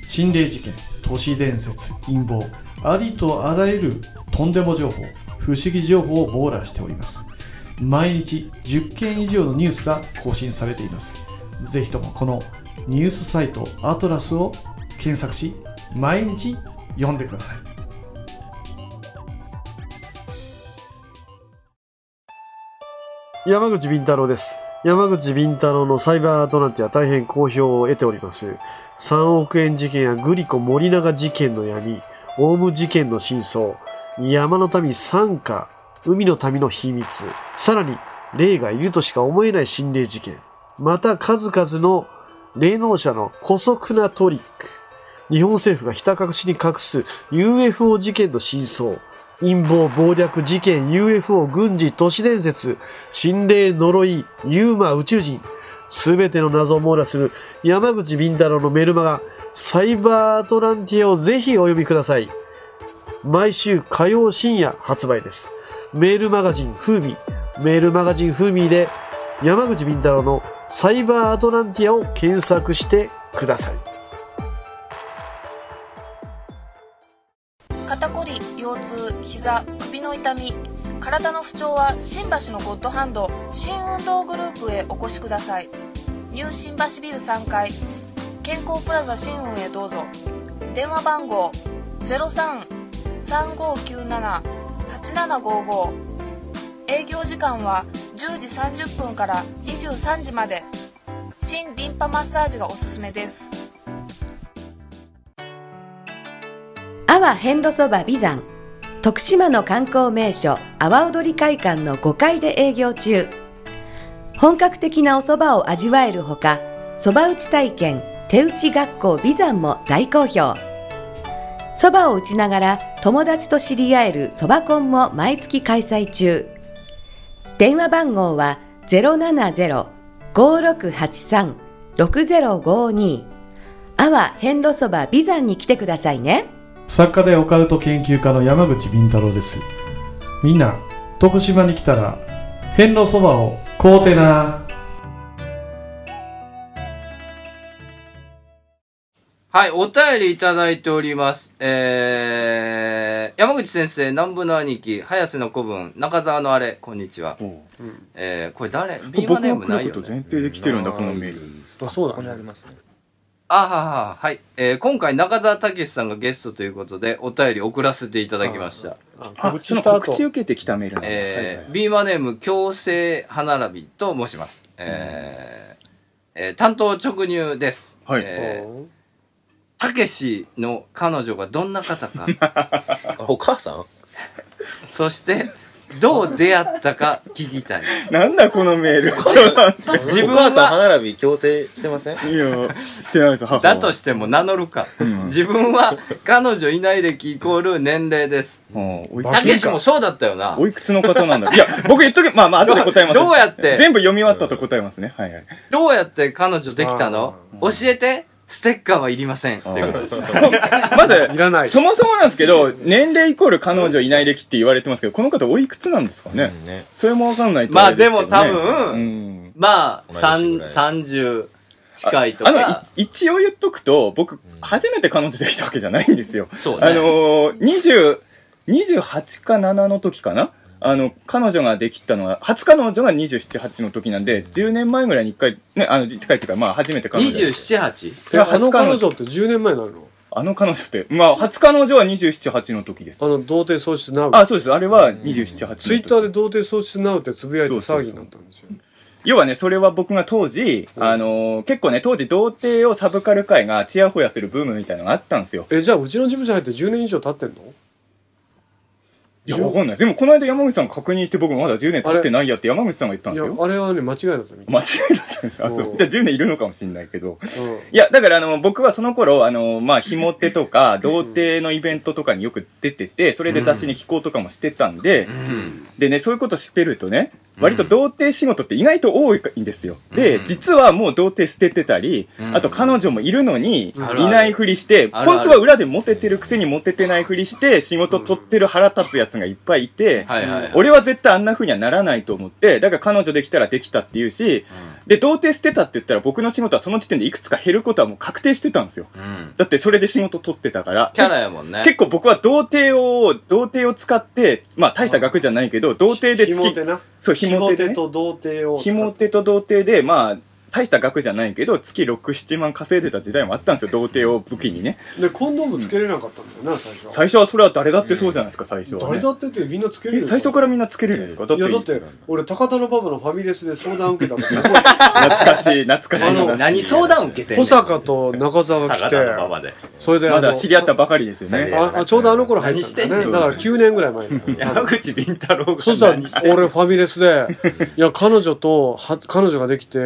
Speaker 7: 心霊事件都市伝説陰謀ありとあらゆるとんでも情報不思議情報を網羅しております毎日10件以上のニュースが更新されていますぜひともこのニュースサイトアトラスを検索し毎日読んでください
Speaker 1: 山口敏太郎です。山口敏太郎のサイバーアトランティア大変好評を得ております。3億円事件やグリコ森永事件の闇、オウム事件の真相、山の民参加、海の民の秘密、さらに霊がいるとしか思えない心霊事件、また数々の霊能者の古速なトリック、日本政府がひた隠しに隠す UFO 事件の真相、陰謀、暴略、事件、UFO、軍事、都市伝説、心霊、呪い、ユーマ、宇宙人、すべての謎を網羅する山口敏太郎のメルマガ、サイバーアトランティアをぜひお読みください。毎週火曜深夜発売です。メールマガジンフーミー、メールマガジンフーミーで山口敏太郎のサイバーアトランティアを検索してください。
Speaker 8: 肩こり腰痛膝首の痛み体の不調は新橋のゴッドハンド新運動グループへお越しくださいニュー新橋ビル3階健康プラザ新運へどうぞ電話番号0335978755営業時間は10時30分から23時まで新リンパマッサージがおすすめです
Speaker 9: 阿波遍路そば美山徳島の観光名所阿波踊り会館の5階で営業中本格的なお蕎麦を味わえるほか蕎麦打ち体験手打ち学校美山も大好評蕎麦を打ちながら友達と知り合える蕎麦コンも毎月開催中電話番号は070 5683-6052阿波遍路そば美山に来てくださいね
Speaker 7: 作家でオカルト研究家の山口敏太郎ですみんな徳島に来たら遍路そばを買うてな
Speaker 2: はい、お便りいただいております。えー、山口先生、南部の兄貴、早瀬の子分、中澤のあれ、こんにちは。えー、これ誰ビーマ
Speaker 3: 僕
Speaker 2: ネー
Speaker 3: の
Speaker 2: ム
Speaker 3: 来
Speaker 2: ない
Speaker 3: る
Speaker 2: よ、
Speaker 3: こと
Speaker 2: ね。
Speaker 3: 前提で来てるんだ、このメール。
Speaker 1: あそうだ
Speaker 6: ここ
Speaker 1: ね
Speaker 6: にありますね
Speaker 2: あはは、はい。えー、今回中澤武さんがゲストということで、お便り送らせていただきました。
Speaker 1: あ
Speaker 3: あ
Speaker 1: 告、
Speaker 3: そ
Speaker 1: 知
Speaker 3: の
Speaker 1: した
Speaker 3: 告
Speaker 1: 後
Speaker 3: 知受けてきたメールなんだ。はいは
Speaker 2: え
Speaker 3: い
Speaker 2: ー、ビーマネーム強制歯並びと申します。えーえー担当直入です。
Speaker 3: はい
Speaker 2: えーたけしの彼女がどんな方か、
Speaker 10: お母さん
Speaker 2: そして、どう出会ったか 聞きたい。
Speaker 3: なんだこのメ ール。ちょっと待っ
Speaker 2: 自分
Speaker 10: お母さん歯
Speaker 2: は、
Speaker 10: 並び矯正してません
Speaker 3: て。いや、してないです、母は。
Speaker 2: だとしても名乗るか。
Speaker 3: ん
Speaker 2: 自分は、彼女いない歴イコール年齢です。
Speaker 3: うんおいくつ
Speaker 2: たけしもそうだったよな。
Speaker 3: おいくつの方なんだいや、僕言っとけ、まあまあ、後で答えます。
Speaker 2: どうやって
Speaker 3: 全部読み終わったと答えますね。はいはい。
Speaker 2: どうやって彼女できたの教えてステッカーはいりません。っていうことです。
Speaker 3: まず
Speaker 1: い、らない
Speaker 3: そもそもなんですけど、年齢イコール彼女いない歴って言われてますけど、この方おいくつなんですかね
Speaker 10: うんね
Speaker 3: それもわかんないと
Speaker 2: まあ
Speaker 3: れすけどね
Speaker 2: でも多分
Speaker 3: うん
Speaker 2: まあ、
Speaker 10: 同い年ぐ
Speaker 2: 三
Speaker 10: らい
Speaker 2: 三十近いと
Speaker 3: あの、い
Speaker 2: か。
Speaker 3: 一応言っとくと、僕、初めて彼女できたわけじゃないんですよ。
Speaker 2: そうね。
Speaker 3: あのー、20、28か7の時かなあの、彼女ができたのは、初彼女が27、8の時なんで、10年前ぐらいに一回、ね、あの、一回っていうか、まあ、初めて彼女。
Speaker 2: 27、8?
Speaker 1: えあの彼
Speaker 3: 初
Speaker 1: 女って10年前になるの
Speaker 3: あの彼女って、まあ、初彼女は27、8の時です
Speaker 1: あ。の童貞喪失なう
Speaker 3: あ、そうです。あれは27、8の時。
Speaker 1: ツイッターで童貞喪失なうってつぶやいて騒ぎになったんですよ
Speaker 3: 要はね、それは僕が当時、あのー結構ね、当時童貞をサブカル界がチヤホヤするブームみたいなのがあったんですよ。
Speaker 1: えじゃあうちの事務所入って10年以上経ってんの
Speaker 3: いや、わかんないです。でも、この間山口さん確認して僕まだ10年経ってないやって山口さんが言ったん
Speaker 1: い
Speaker 3: です
Speaker 1: や
Speaker 3: よ。
Speaker 1: あれはね間違いだったみたい
Speaker 3: 間違いだったんです。あ、そうう。
Speaker 1: ん
Speaker 3: じゃあ10年いるのかもしれないけど。
Speaker 1: うん
Speaker 3: いや、だからあの、僕はその頃、あの、まあ、ひも手と か、童貞のイベントとかによく出てて、それで雑誌に寄稿とかもしてたんで、
Speaker 2: うん。
Speaker 3: でね、そういうこと知ってるとね、割と童貞仕事って意外と多いんですよ。で、実はもう童貞捨ててたり、
Speaker 2: うん
Speaker 3: あと彼女もいるのに、い
Speaker 2: あるある
Speaker 3: ないふりして、
Speaker 2: あるある
Speaker 3: 本当は裏でモテてるくせにモテてないふりして、仕事取ってる腹立つやつがいっぱいいて、
Speaker 2: はいはいはい。
Speaker 3: 俺は絶対あんな風にはならないと思って、だから彼女できたらできたっていうし、で、童貞捨てたって言ったら僕の仕事はその時点でいくつか減ることはもう確定してたんですよ。
Speaker 2: うん。
Speaker 3: だってそれで仕事取ってたから。
Speaker 2: キャラやもんね。
Speaker 3: 結構僕は童貞を、童貞を使って、まあ大した額じゃないけど、童貞で
Speaker 1: ひも
Speaker 3: 月
Speaker 1: 手、な
Speaker 3: そう、
Speaker 1: ひも
Speaker 3: 紐手で、
Speaker 1: 手
Speaker 3: ね。
Speaker 1: と童貞を使っ
Speaker 3: 紐手と童貞で、まあ、大した額じゃないけど、月6、7万稼いでた時代もあったんですよ、童貞を武器にね。
Speaker 1: でコンドームつけれなかったんだよな最初
Speaker 3: 最初はそれは誰だってそうじゃないですか、最初は、ね。
Speaker 1: 誰だってってみんなつける
Speaker 3: え
Speaker 1: よ
Speaker 3: 最初からみんなつけれるんですかだっ
Speaker 1: い
Speaker 3: て、
Speaker 1: やだっ
Speaker 3: 懐
Speaker 1: て俺高田の馬場のファミレスで相談受けたことないあの
Speaker 3: かしい、懐かしい懐かしい
Speaker 2: 何相談受けてんね
Speaker 1: 保
Speaker 2: ん
Speaker 1: 坂と中澤が来
Speaker 2: 高
Speaker 1: て
Speaker 2: 田の馬場で。
Speaker 1: それであの
Speaker 3: まだ知り合ったばかりですよね。
Speaker 1: ああちょうどあの頃入っ
Speaker 2: 何した
Speaker 1: ん
Speaker 2: てん
Speaker 1: だ
Speaker 2: の
Speaker 1: ねだから9年ぐらい 前に
Speaker 2: 山口敏太郎が
Speaker 1: そしたら
Speaker 2: 何してんの
Speaker 1: 俺ファミレス で「いや彼女とは彼女ができて、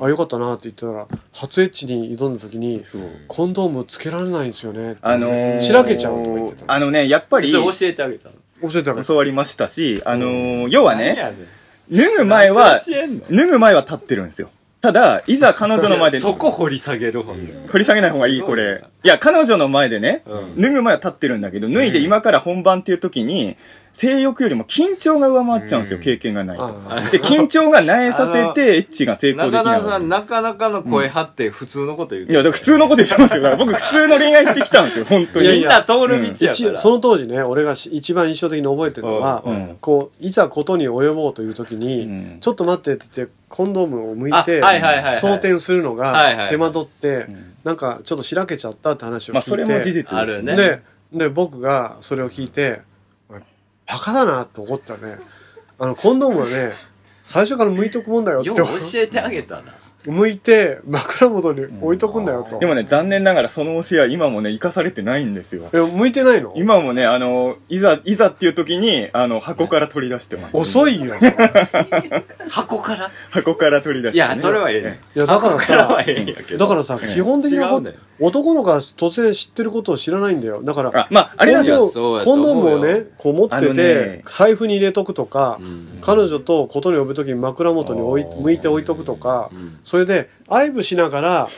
Speaker 1: あよかったな」って言ってたら初エッチに挑んだ時に「コンドームつけられないんですよねって」
Speaker 3: あのー、
Speaker 1: しらけちゃうとか言ってた
Speaker 3: あのね、やっぱり、
Speaker 2: それ教えてあげたの。
Speaker 1: 教えてたから
Speaker 3: 教わりましたし、あのー、要は
Speaker 2: 何
Speaker 3: ね、
Speaker 2: やねん
Speaker 3: 脱ぐ前は、
Speaker 2: 教えんの
Speaker 3: 脱ぐ前は立ってるんですよ。ただ、いざ彼女の前で、
Speaker 2: そこ掘り下げるほんで。
Speaker 3: 振り下げない方がいい、これ。いや、彼女の前でね、
Speaker 2: うん
Speaker 3: 脱ぐ前は立ってるんだけど、脱いで今から本番っていう時に、性欲よりも緊張が上回っちゃうんですよ、経験がないと。
Speaker 1: あ
Speaker 3: で、緊張が苗させて、エッチが成功で
Speaker 2: 中
Speaker 3: きな
Speaker 2: 田
Speaker 3: い。
Speaker 2: さん、なかなかの声張って普通のこと言う
Speaker 3: い
Speaker 2: て
Speaker 3: や、だから普通のこと言ってますよ。だから僕、普通の恋愛してきたんですよ、本当に。
Speaker 1: いやい
Speaker 2: みん
Speaker 1: や
Speaker 2: な通る道やか
Speaker 1: 一
Speaker 2: ら。
Speaker 1: その当時ね俺がし一番印象的に覚えてるのは、
Speaker 3: うんうん
Speaker 1: こういざことに及ぼうという時に、
Speaker 3: うん
Speaker 1: ちょっと待ってって言ってコンドームを向い
Speaker 2: あ
Speaker 1: て、
Speaker 2: はいはいはいはい
Speaker 1: 装填するの
Speaker 2: はいは
Speaker 1: が
Speaker 2: い
Speaker 1: 手間取って、
Speaker 3: ん
Speaker 1: なんかちょっとしらけちゃったって話を聞いて、
Speaker 3: まあ、それも事実です
Speaker 2: あるね
Speaker 1: でで僕がそれを聞いて「おいバカだな」って怒ったねあのコンドームはね最初から向いとくもんだよって
Speaker 2: よう教えてあげたな。
Speaker 1: 向いて枕元に置いとくんだよと、
Speaker 3: でもね、残念ながらその教えは今もね、生かされてないんですよ。
Speaker 1: え向いてないの
Speaker 3: 今もね、あの、いざ、いざっていう時に、あの、箱から取り出してます。
Speaker 1: 遅い
Speaker 3: い
Speaker 1: よそれ
Speaker 2: 箱から
Speaker 3: 箱から取り出
Speaker 2: い
Speaker 3: して、ね。
Speaker 2: や、それはええねん。
Speaker 1: いやだから
Speaker 2: 箱から
Speaker 1: さ
Speaker 2: はええんやけど。
Speaker 1: だからさ、基本的なこ
Speaker 2: 違う
Speaker 1: と
Speaker 2: ね
Speaker 1: 男の子が突然知ってることを知らないんだよ。だから、
Speaker 3: まああれなんですよ
Speaker 1: コンドームコンドームをね、こう持っ
Speaker 3: あ
Speaker 1: て
Speaker 3: の
Speaker 1: て
Speaker 3: ね、
Speaker 1: 財布に入れとくとか、彼女とことに呼ぶときに枕元に置い向いて置いとくとか、それで、愛撫しながら、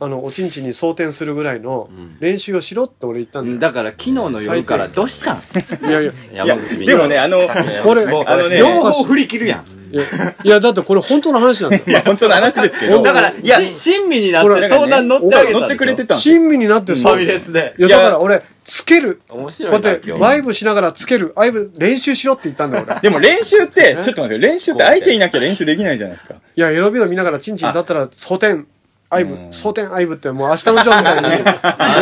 Speaker 1: あの、おちんちんに装填するぐらいの練習をしろって俺言ったんだよ。
Speaker 2: だから昨日の夜からどうしたん
Speaker 1: いやいや、
Speaker 2: 山口みん
Speaker 3: で
Speaker 2: な
Speaker 3: もね、あの、
Speaker 1: これ、
Speaker 3: あのね、
Speaker 2: 両方振り切るやん。
Speaker 1: いや、いやだってこれ本当の話なん だよ。
Speaker 3: いや、本当の話ですけど。
Speaker 2: だから、
Speaker 3: いや、
Speaker 2: し親身にな
Speaker 1: ほ
Speaker 2: っ
Speaker 1: ら
Speaker 2: て相談乗ってあげたんですよ
Speaker 3: 乗ってくれてたんですよ
Speaker 1: 親身になって
Speaker 2: フ
Speaker 1: さ、
Speaker 2: ァミ
Speaker 1: い
Speaker 2: レスで。
Speaker 1: や、だから俺、つける。
Speaker 2: 面
Speaker 1: こ
Speaker 2: 白
Speaker 1: うや
Speaker 2: い
Speaker 1: っ
Speaker 2: な、
Speaker 1: て、
Speaker 2: 今
Speaker 1: ワ
Speaker 2: 日。
Speaker 1: イブしながらつける。アイブ、練習しろって言ったんだよ、俺。
Speaker 3: でも練習って、ちょっと待って、練習って相手いなきゃ練習できないじゃないですか。
Speaker 1: いや、エロビデオ見ながらチンチンだったら、蒼天、アイブ、蒼天アイブってもう明日のジョーみたいに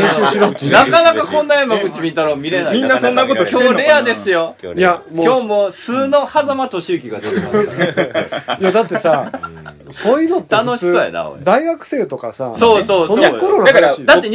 Speaker 1: 練習しろっていう。
Speaker 2: なかなかこんな山口み太郎見れない。
Speaker 3: みんなそんなことしてんの
Speaker 2: 今
Speaker 3: か
Speaker 2: 日
Speaker 3: な
Speaker 2: レアですよ。
Speaker 10: 今
Speaker 1: いや、もう、
Speaker 2: 今日も数の狭間俊之が出てますから。
Speaker 1: いや、だってさ、そういうのって普通
Speaker 2: 楽しそうやなおい
Speaker 1: 大学生とかさ、
Speaker 2: そうそうそ
Speaker 1: そ
Speaker 2: う
Speaker 1: の頃の
Speaker 3: だから
Speaker 1: 話、
Speaker 2: だって27、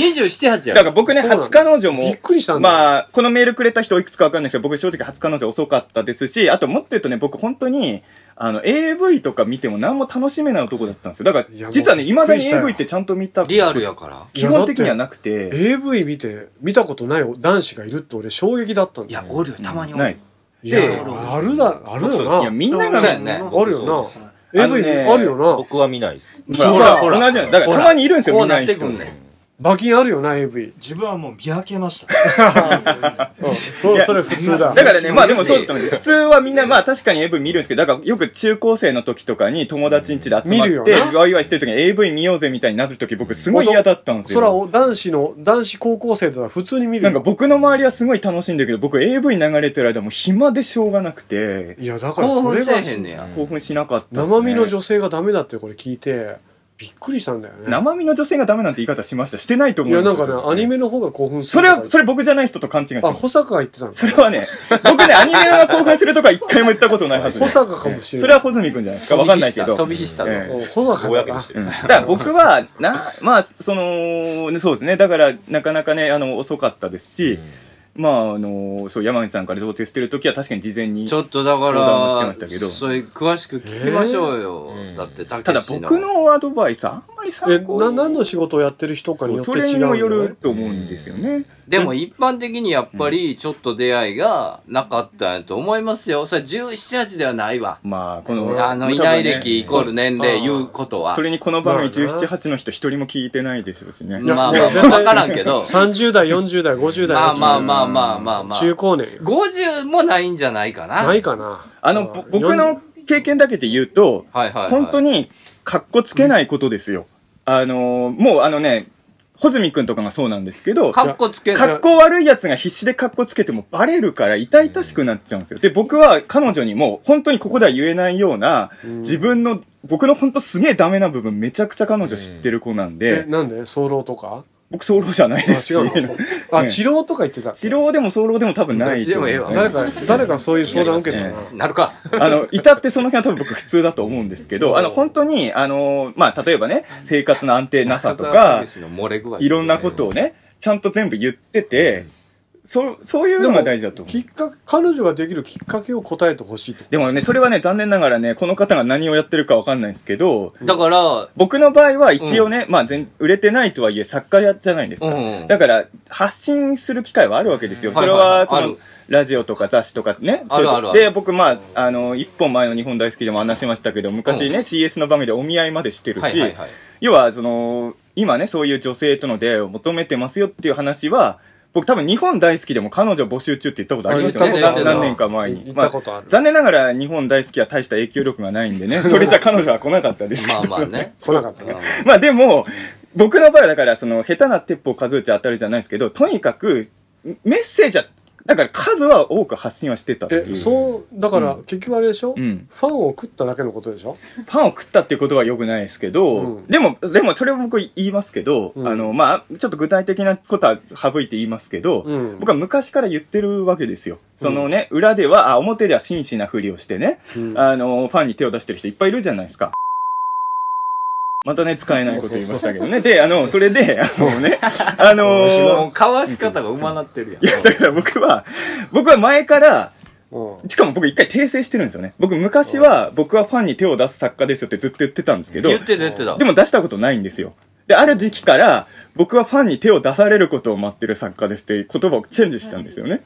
Speaker 2: 8やろ
Speaker 3: だから僕ね、
Speaker 1: そうなんだ
Speaker 3: 初彼女も、
Speaker 1: びっくりしたんだよ
Speaker 3: まあ、このメールくれた人いくつかわかんないですけど、僕正直初彼女遅かったですし、あともっと言うとね、僕本当に、あの、AV とか見ても何も楽しめない男だったんですよ。だか
Speaker 1: いやも
Speaker 3: ら、
Speaker 1: う
Speaker 3: 実はね、
Speaker 1: びっく
Speaker 3: 未だ
Speaker 1: り
Speaker 3: に
Speaker 1: したよ
Speaker 3: AV ってちゃんと見た、
Speaker 2: リアルやから。
Speaker 3: 基本的にはなくて、
Speaker 1: AV 見て、見たことない男子がいるって俺衝撃だったん
Speaker 2: い
Speaker 1: だよ
Speaker 2: や、おるよ、たまにお
Speaker 3: な
Speaker 2: る
Speaker 3: い。。
Speaker 1: い
Speaker 3: や
Speaker 1: や、あるだ、ある
Speaker 3: いや、
Speaker 1: よな。
Speaker 3: みんなが
Speaker 2: そうや
Speaker 3: ね、
Speaker 2: ね。
Speaker 1: あるよな。
Speaker 3: あの
Speaker 1: AV
Speaker 3: ね
Speaker 1: あるよな。
Speaker 10: 僕は見ないです。
Speaker 3: ほら、ほら、ほら同じなんです。だから、たまにいるんですよ、
Speaker 2: こう
Speaker 3: 見な
Speaker 2: なっ
Speaker 3: い
Speaker 2: て
Speaker 3: 人
Speaker 2: く。んねん。
Speaker 1: 馬金あるよな、AV。
Speaker 6: 自分はもう見分け ました。
Speaker 1: うんそ
Speaker 3: い
Speaker 1: れ、
Speaker 3: や
Speaker 1: それ普通だ。
Speaker 3: だからね、まあでもそうだと思うんですよ普通はみんな、まあ確かに AV 見るんですけど、だからよく中高生の時とかに友達ん家で集
Speaker 1: 見
Speaker 3: ま
Speaker 1: るよ
Speaker 3: っ
Speaker 1: ね
Speaker 3: て、ワイワイしてる時に AV 見ようぜみたいになる時僕すごい嫌だったんです
Speaker 1: そら、
Speaker 3: よ。
Speaker 1: お男子の、男子高校生だったら普通に見る
Speaker 3: なんか
Speaker 1: よ。
Speaker 3: 僕の周りはすごい楽しいんだけど、僕 AV 流れてる間もう暇でしょうがなくて、
Speaker 1: いや、だから
Speaker 2: 興
Speaker 1: そ
Speaker 2: 奮
Speaker 1: れ
Speaker 2: せえ
Speaker 1: が、
Speaker 2: へんねや。
Speaker 3: 興奮しなかったですね
Speaker 1: 生身の女性がダメだってこれ聞いて、びっくりしたんだよね。
Speaker 3: 生身の女性がダメなんて言い方しました。してないと
Speaker 1: い
Speaker 3: 思う
Speaker 1: や、
Speaker 3: んで
Speaker 1: な
Speaker 3: す
Speaker 1: ん
Speaker 3: けど
Speaker 1: かね、アニメの方が興奮す
Speaker 3: そ
Speaker 1: る
Speaker 3: れ
Speaker 1: とか言っ
Speaker 3: は、
Speaker 1: て。
Speaker 3: それ僕じゃない人と勘違いして
Speaker 1: あ、
Speaker 3: ます。
Speaker 1: 保坂が言ってたんだ。
Speaker 3: それはね、僕ね、アニメが興奮するとか一回も言ったことないはず で
Speaker 1: 保坂かもしれない。
Speaker 3: それは穂積君じゃないですか。わかんないけど。
Speaker 2: 飛び火した
Speaker 3: え
Speaker 2: の。
Speaker 3: え
Speaker 1: うん保坂
Speaker 10: 公
Speaker 1: だ
Speaker 10: に
Speaker 1: な
Speaker 10: し。て
Speaker 3: う
Speaker 10: る
Speaker 3: ん。だから僕は、な、まあ、その、ねそうですね。だから、なかなかね、あの、遅かったですし、まあ、あの、そう、山口さんから贈呈してるときは確かに事前に。
Speaker 2: ちょっとだか
Speaker 3: 相談もしてま
Speaker 2: ら、
Speaker 3: したけど
Speaker 2: それ詳しく聞きましょうよ。
Speaker 10: えー
Speaker 2: だって、た
Speaker 3: ただ僕のアドバイス、あんまり
Speaker 1: え、
Speaker 3: 参考に
Speaker 1: な、何の仕事をやってる人かに
Speaker 3: そ
Speaker 1: よっ
Speaker 3: う
Speaker 1: て違
Speaker 3: それ
Speaker 1: う
Speaker 3: に
Speaker 1: んだよ
Speaker 3: も
Speaker 1: ね。
Speaker 3: よると思うんですよね。
Speaker 2: でも一般的にやっぱりちょっと出会いがなかったんやと思いますよ。それ17、8ではないわ。
Speaker 3: まあ、この、
Speaker 2: あの、
Speaker 3: 多分ね
Speaker 2: いない歴イコール年齢言うことは
Speaker 3: そ。れにこの番組
Speaker 1: まあな
Speaker 3: 17、8の人一人も聞いてないでしょうしね。
Speaker 2: ま
Speaker 1: い
Speaker 2: あまあま
Speaker 1: や
Speaker 2: あ、
Speaker 1: 絶対
Speaker 2: わからんけど。
Speaker 1: 30代、40代、50代。
Speaker 2: まあまあ
Speaker 1: 60
Speaker 2: まあまあまあま
Speaker 1: 代中
Speaker 2: あ。
Speaker 1: 高年よ。
Speaker 2: 50もないんじゃないかな。
Speaker 1: ないかな。
Speaker 3: あの、ぼ僕の経験だけで言うと、
Speaker 2: はいはいはい
Speaker 3: 本当に、かっこつけないことですよ。あのーもうあのね、穂積くんとかがそうなんですけど、
Speaker 2: かっこつけない。
Speaker 3: かっこ悪いやつが必死でかっこつけてもバレるから痛々しくなっちゃうんですよ。で、僕は彼女にも本当にここでは言えないような、自分の、僕の本当すげえダメな部分めちゃくちゃ彼女知ってる子なん
Speaker 1: え、
Speaker 3: で、
Speaker 1: なんで早漏とか
Speaker 3: 僕早漏じゃないですし
Speaker 1: あ、違 うの
Speaker 3: う
Speaker 1: あ、
Speaker 3: ん
Speaker 1: 治療とか言ってた。
Speaker 3: 治療でも早漏でも多 分ないと思うんですね
Speaker 1: 誰か、誰かそういう相談受けた
Speaker 3: やり
Speaker 1: な
Speaker 3: ま。
Speaker 2: なるか。
Speaker 3: あの、至ってその辺は多分僕普通だと思うんですけど、あの、本当に、あの、まあ、例えばね、生活の安定なさとか、
Speaker 2: 漏れ具合
Speaker 3: いろんなことをね、ちゃんと全部言ってて、そ、そういうのが大事だと思う。
Speaker 1: きっかけ、彼女ができるきっかけを答えてほしいと。
Speaker 3: でもね、それはね、残念ながらね、この方が何をやってるかわかんないんですけど、
Speaker 2: だから、
Speaker 3: 僕の場合は一応ね、まあ全、売れてないとはいえ作家やじゃないですか。
Speaker 2: うんうん
Speaker 3: だから、発信する機会はあるわけですよ。
Speaker 2: は
Speaker 3: そ
Speaker 2: い
Speaker 3: れ
Speaker 2: はいはい
Speaker 3: は、そ
Speaker 2: あ
Speaker 3: の
Speaker 2: る、
Speaker 3: ラジオとか雑誌とかね。
Speaker 2: あるあるある
Speaker 3: そういうで、僕、まあ、あの、一本前の日本大好きでも話しましたけど、昔ね、CS の番組でお見合いまでしてるし、
Speaker 2: はいはいはい。
Speaker 3: 要は、その、今ね、そういう女性との出会いを求めてますよっていう話は、僕多分日本大好きでも彼女募集中って言ったことあります
Speaker 2: あ
Speaker 3: よね。
Speaker 2: 言ったことある
Speaker 3: 何年か前に。
Speaker 1: 言ったことある
Speaker 3: ま残念ながら日本大好きは大した影響力がないんでね、それじゃ彼女は来なかったですけ
Speaker 2: ま
Speaker 3: ど
Speaker 2: あ。まあね。
Speaker 1: 来なかったね。
Speaker 3: まあでも、僕の場合はだから、その、下手な鉄砲数打ち当たりじゃないですけど、とにかく、メッセージは、だから数は多く発信はしてたってい
Speaker 1: え、
Speaker 3: う。
Speaker 1: そう、だから、結局あれでしょ、
Speaker 3: うん
Speaker 1: ファンを食っただけのことでしょ
Speaker 3: パンを食ったっていうことは良くないですけど、
Speaker 1: うん
Speaker 3: でも、でもそれを僕言いますけど、
Speaker 1: うん
Speaker 3: あの、まあ、ちょっと具体的なことは省いて言いますけど、
Speaker 1: うん
Speaker 3: 僕は昔から言ってるわけですよ。そのね、裏では、あ、表では真摯なふりをしてね、
Speaker 1: うん
Speaker 3: あの、ファンに手を出してる人いっぱいいるじゃないですか。またね、使えないこと言いましたけどね。で、あの、それで、あの ね、
Speaker 2: も
Speaker 3: あの
Speaker 2: う、かわし方がうまなってるやん。
Speaker 3: いや、だから僕は、僕は前から、
Speaker 1: うん。
Speaker 3: しかも僕一回訂正してるんですよね。僕昔は、僕はファンに手 を出す作家ですよってずっと言ってたんですけど、
Speaker 2: 言ってた言ってた。
Speaker 3: でも出したことないんですよ。で、ある時期から、僕はファンに手を出されることを待ってる作家ですって言葉をチェンジしたんですよね。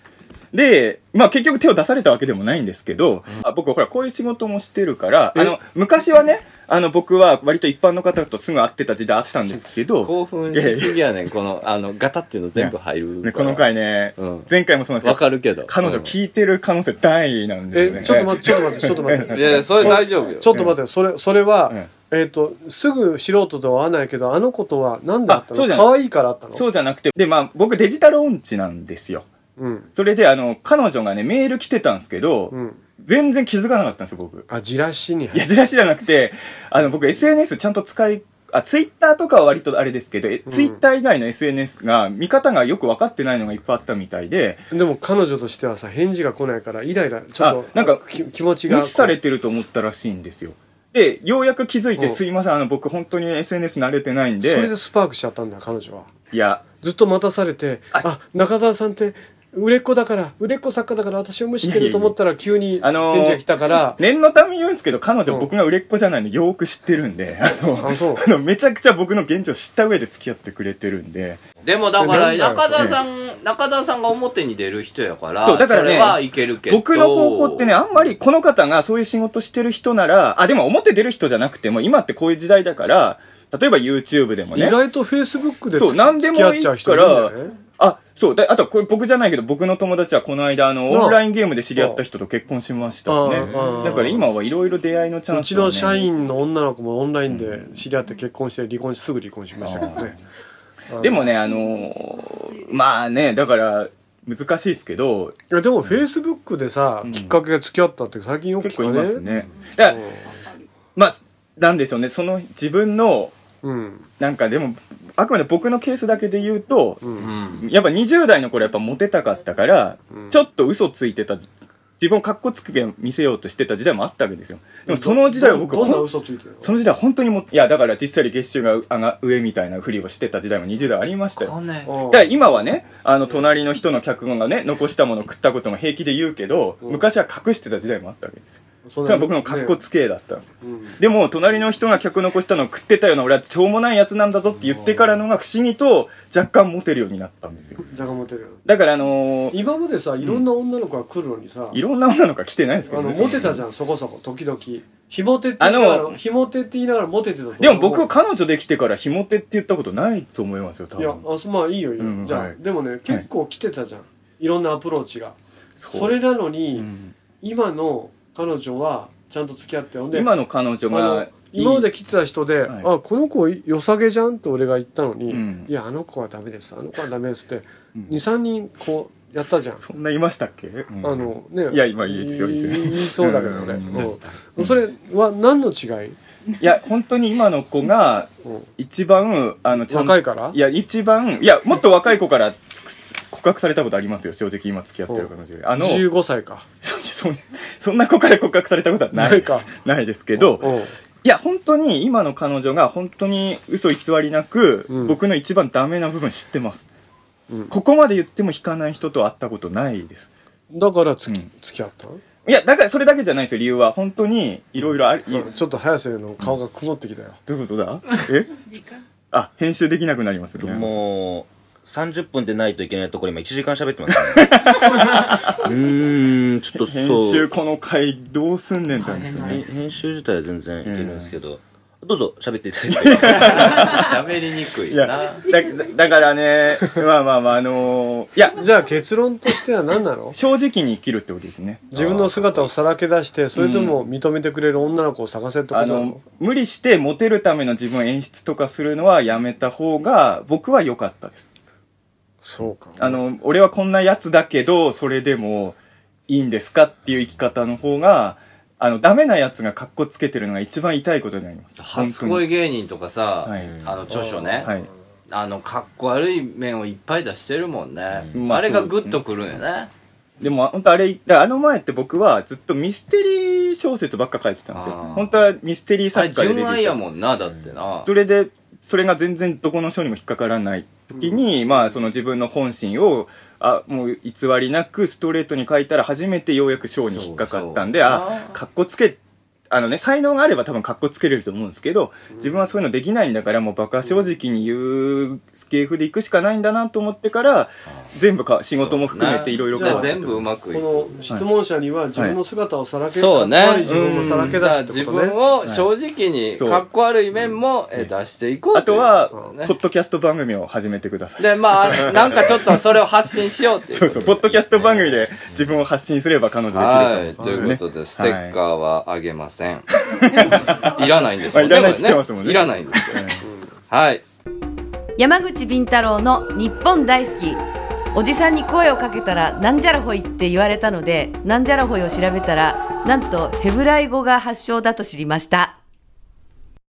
Speaker 3: で、まあ結局手を出されたわけでもないんですけど、あ僕ほらこういう仕事もしてるから、あの、昔はね、あの僕は割と一般の方とすぐ会ってた時代あったんですけど、
Speaker 2: 興奮しすぎやねん、この、あの、ガタっていうの全部入る。
Speaker 3: ね、この回ね、前回もそうなんです
Speaker 2: わかるけど。
Speaker 3: 彼女聞いてる可能性大なんですよね。
Speaker 1: えちょっと待ってちょっと待ってちょっと 待って
Speaker 2: いやいやそれ大丈夫よ
Speaker 1: ちょっと待ってそれそれは、えっ、とすぐ素人とは会わないけどあの子とは何であった
Speaker 3: あそう
Speaker 1: の
Speaker 3: じゃない
Speaker 1: 可愛いからあったの
Speaker 3: そうじゃなくて、で、まあ僕デジタル音痴なんですよ。
Speaker 1: うん
Speaker 3: それで、あの、彼女がね、メール来てたんですけど、全然気づかなかったんですよ、僕。
Speaker 1: あ、じらしに
Speaker 3: いや、じらしじゃなくて、あの、僕 SNS ちゃんと使い、あ、ツイッターとかは割とあれですけど、えツイッター以外の SNS が、見方がよく分かってないのがいっぱいあったみたいで、
Speaker 1: でも彼女としてはさ返事が来ないからイライラちょっと
Speaker 3: なんか
Speaker 1: き気持ちが
Speaker 3: 無視されてると思ったらしいんですよ。で、ようやく気づいて、すいません、あの、僕本当に SNS 慣れてないん
Speaker 1: それ
Speaker 3: で
Speaker 1: で、スパークしちゃったんだ彼女はい
Speaker 3: や、
Speaker 1: ずっと待たされてあ中澤さんって売れっ子だから売れっ子作家だから私を無視してると思ったら急に
Speaker 3: あのー
Speaker 1: 返事が来たから
Speaker 3: 念のため言うんですけど、彼女僕が売れっ子じゃないのよーく知ってるんで、あの、
Speaker 1: あそう
Speaker 3: あのめちゃくちゃ僕の現状知った上で付き合ってくれてるんで、
Speaker 2: でもだから、
Speaker 3: えなんだ
Speaker 2: 中
Speaker 3: ろう
Speaker 2: 澤さん、中澤さんが表に出る人やから、
Speaker 3: そうだからね
Speaker 2: れはいけるけど。
Speaker 3: 僕の方法ってね、あんまりこの方がそういう仕事してる人なら、あ、でも表出る人じゃなくても、今ってこういう時代だから、例えば YouTube でも
Speaker 1: 意
Speaker 3: ね。
Speaker 1: 外とフェイスブックで
Speaker 3: そう、何で
Speaker 1: 付
Speaker 3: も
Speaker 1: き合っ
Speaker 3: いい
Speaker 1: ちゃ
Speaker 3: か
Speaker 1: う人いるんだ
Speaker 3: ら
Speaker 1: よね、
Speaker 3: あ、そう、だあとこれ僕じゃないけど、僕の友達はこの間、あの、
Speaker 1: なあ
Speaker 3: オンラインゲームで知り合った人と結婚しましたしね
Speaker 1: ああああ。
Speaker 3: だから今はいろいろ出会いのチャ
Speaker 1: う
Speaker 3: ンス
Speaker 1: ち
Speaker 3: をね
Speaker 1: の社員の女の子もオンラインで知り合って結婚して離婚しすぐ離婚しましたけどね
Speaker 3: でもね、あのーまあね、だから、難しいですけど、
Speaker 1: いやでもフェイスブックでさ、きっかけが付き合ったって最近よく
Speaker 3: 結
Speaker 1: 聞か
Speaker 3: 構い
Speaker 1: ね
Speaker 3: ますね。だから、まあ、なんでしょうね、その自分の、
Speaker 1: うん
Speaker 3: なんかでも、あくまで僕のケースだけで言うと、
Speaker 2: うん。
Speaker 3: やっぱ20代の頃やっぱモテたかったから、ちょっと嘘ついてた、自分をかっこつけ見せようとしてた時代もあったわけですよ。でもその時代は僕
Speaker 1: どんな
Speaker 3: ほん
Speaker 1: 嘘ついてる
Speaker 3: その時代は本当にも、いやだから実際に月収が上が上みたいなふりをしてた時代も20代ありましたよ。
Speaker 2: ね
Speaker 1: の
Speaker 3: だから今はね、あの、隣の人の脚本がね、残したもの食ったことも平気で言うけど、昔は隠してた時代もあったわけですよ。
Speaker 1: そ
Speaker 3: それは僕の格好
Speaker 1: ね
Speaker 3: つけだったんですよ。
Speaker 1: うん
Speaker 3: でも、隣の人が客残したのを食ってたような俺はしょうもないやつなんだぞって言ってからのが不思議と若干モテるようになったんですよ。
Speaker 1: じゃがモテるよ
Speaker 3: だからあのー
Speaker 1: 今までさいろんな女の子が来るのにさ、
Speaker 3: いろんな女の子が来てないですけ
Speaker 1: あ
Speaker 3: ど
Speaker 1: の
Speaker 3: ね。
Speaker 1: モテたじゃんそこそこ時々ひもてって言いなが
Speaker 3: あ
Speaker 1: ら
Speaker 3: の
Speaker 1: ひもてって言いながらモテてたと思う
Speaker 3: でも僕、彼女できてからひもてって言ったことないと思いますよ、多
Speaker 1: いや
Speaker 3: 分。
Speaker 1: あそまあいいよいいよ、
Speaker 3: うん
Speaker 1: じゃあ、
Speaker 3: はい
Speaker 1: でもね結構来てたじゃん、い、ろんなアプローチが
Speaker 3: そ
Speaker 1: そうれなのに、
Speaker 3: うん
Speaker 1: 今の彼女はちゃんと付き合ってほんで
Speaker 3: 今の彼女
Speaker 1: あ
Speaker 3: が
Speaker 1: の、今まで来てた人で「
Speaker 3: はい
Speaker 1: あこの子良さげじゃん」って俺が言ったのに「
Speaker 3: うん
Speaker 1: いやあの子はダメですあの子はダメです」って23人こうやったじゃん。
Speaker 3: そんないましたっけ、うん
Speaker 1: あのね、
Speaker 3: いや今いいですよいいですよ
Speaker 1: 言いそうだけど俺、
Speaker 3: うん
Speaker 1: うんそれは何の違い、
Speaker 3: いや、本当に今の子が
Speaker 1: うん
Speaker 3: 一番、あの、ちゃん
Speaker 1: 若いから
Speaker 3: いや、一番、いや、もっと若い子からつくつ告白されたことありますよ、正直今付き合ってる彼女あの、
Speaker 1: 15歳か
Speaker 3: そんそんな子から告白されたことはないです。
Speaker 1: な
Speaker 3: な
Speaker 1: か
Speaker 3: いですけど、
Speaker 1: うん
Speaker 3: いや、本当に今の彼女が本当に嘘偽りなく、
Speaker 1: うん
Speaker 3: 僕の一番ダメな部分知ってます、
Speaker 1: うん
Speaker 3: ここまで言っても引かない人と会ったことないです。
Speaker 1: だからつき、
Speaker 3: うん
Speaker 1: 付き合ったの
Speaker 3: いや、だからそれだけじゃないですよ、理由は。本当にいろいろあり、い
Speaker 1: ちょっと早瀬の顔が曇ってきたよ、
Speaker 3: どういうことだえあ、編集できなくなりますね。
Speaker 10: もう、30分でないといけないところ今1時間喋ってます ね。うーん、ちょっと
Speaker 3: 編
Speaker 10: そ
Speaker 3: 集
Speaker 10: う。
Speaker 3: この回どうすんねんって話ですよ
Speaker 10: へ
Speaker 3: ね。
Speaker 10: 編集自体は全然いけるんですけど。どうぞ、喋っていただいて。
Speaker 2: 喋りにくい
Speaker 3: い
Speaker 2: な。
Speaker 3: や、だ、だからね、まあまあまあ、あのーいや、
Speaker 1: じゃあ結論としては何なの
Speaker 3: 正直に生きるってことですね。
Speaker 1: 自分の姿をさらけ出してそれでも認めてくれる女の子を探せってこと
Speaker 3: あ
Speaker 1: なの
Speaker 3: の、無理してモテるための自分を演出とかするのはやめた方が、僕は良かったです。
Speaker 1: そうか
Speaker 3: あの、俺はこんなやつだけど、それでもいいんですかっていう生き方の方が、あの、ダメなやつが格好つけてるのが一番痛いことになります。
Speaker 2: 初恋芸人とかさ、
Speaker 3: はい
Speaker 2: あの著書ね、
Speaker 3: はい。
Speaker 2: あの、かっこ悪い面をいっぱい出してるもんね。
Speaker 3: うんまあ
Speaker 2: あれが
Speaker 3: そう
Speaker 2: グ
Speaker 3: ですね
Speaker 2: ッとくるんよね。
Speaker 3: でも、本当あれ、あの前って僕はずっとミステリー小説ばっか書いてたんですよ
Speaker 2: あー。
Speaker 3: 本当はミステリー
Speaker 2: あ
Speaker 3: 作
Speaker 2: れ、
Speaker 3: 家でデビュ
Speaker 2: 純
Speaker 3: ー
Speaker 2: 愛
Speaker 3: し
Speaker 2: や
Speaker 3: た
Speaker 2: もんな、だってな。
Speaker 3: それで、それが全然どこの章にも引っかからない時に、まあ、その自分の本心を、あ、もう偽りなくストレートに書いたら初めてようやく章に引っかかったんで、
Speaker 2: そう
Speaker 3: あ、かっこつけ、あのね、才能があれば多分格好つけれると思うんですけど、自分はそういうのできないんだから、もうバカ正直に言う系譜で行くしかないんだなと思ってから、全部か、仕事も含めていろいろ
Speaker 1: じゃあ
Speaker 2: 全部うまくいく
Speaker 1: この質問者には自分の姿をさらけ出
Speaker 2: そうね。
Speaker 1: 自分もさらけ出しって
Speaker 2: 自
Speaker 1: ことね
Speaker 2: 分を正直に、
Speaker 3: そう
Speaker 2: かっこ悪い面もえ出していこう
Speaker 3: あと
Speaker 2: いう
Speaker 3: は、
Speaker 2: ね
Speaker 3: ポッドキャスト番組を始めてください。
Speaker 2: で、ま あ、なんかちょっとそれを発信しようっていう。
Speaker 3: そうそう、ポッドキャスト番組で自分を発信すれば彼女できると思
Speaker 2: は
Speaker 3: んで
Speaker 2: い、
Speaker 3: すね
Speaker 2: ということで、ステッカーはあげません。 いらないんです
Speaker 3: まあいらないって言ってますもんね
Speaker 2: いらないんですよ。はい。
Speaker 9: 山口敏太郎の日本大好きおじさんに声をかけたらなんじゃらほいって言われたのでなんじゃらほいを調べたらなんとヘブライ語が発祥だと知りました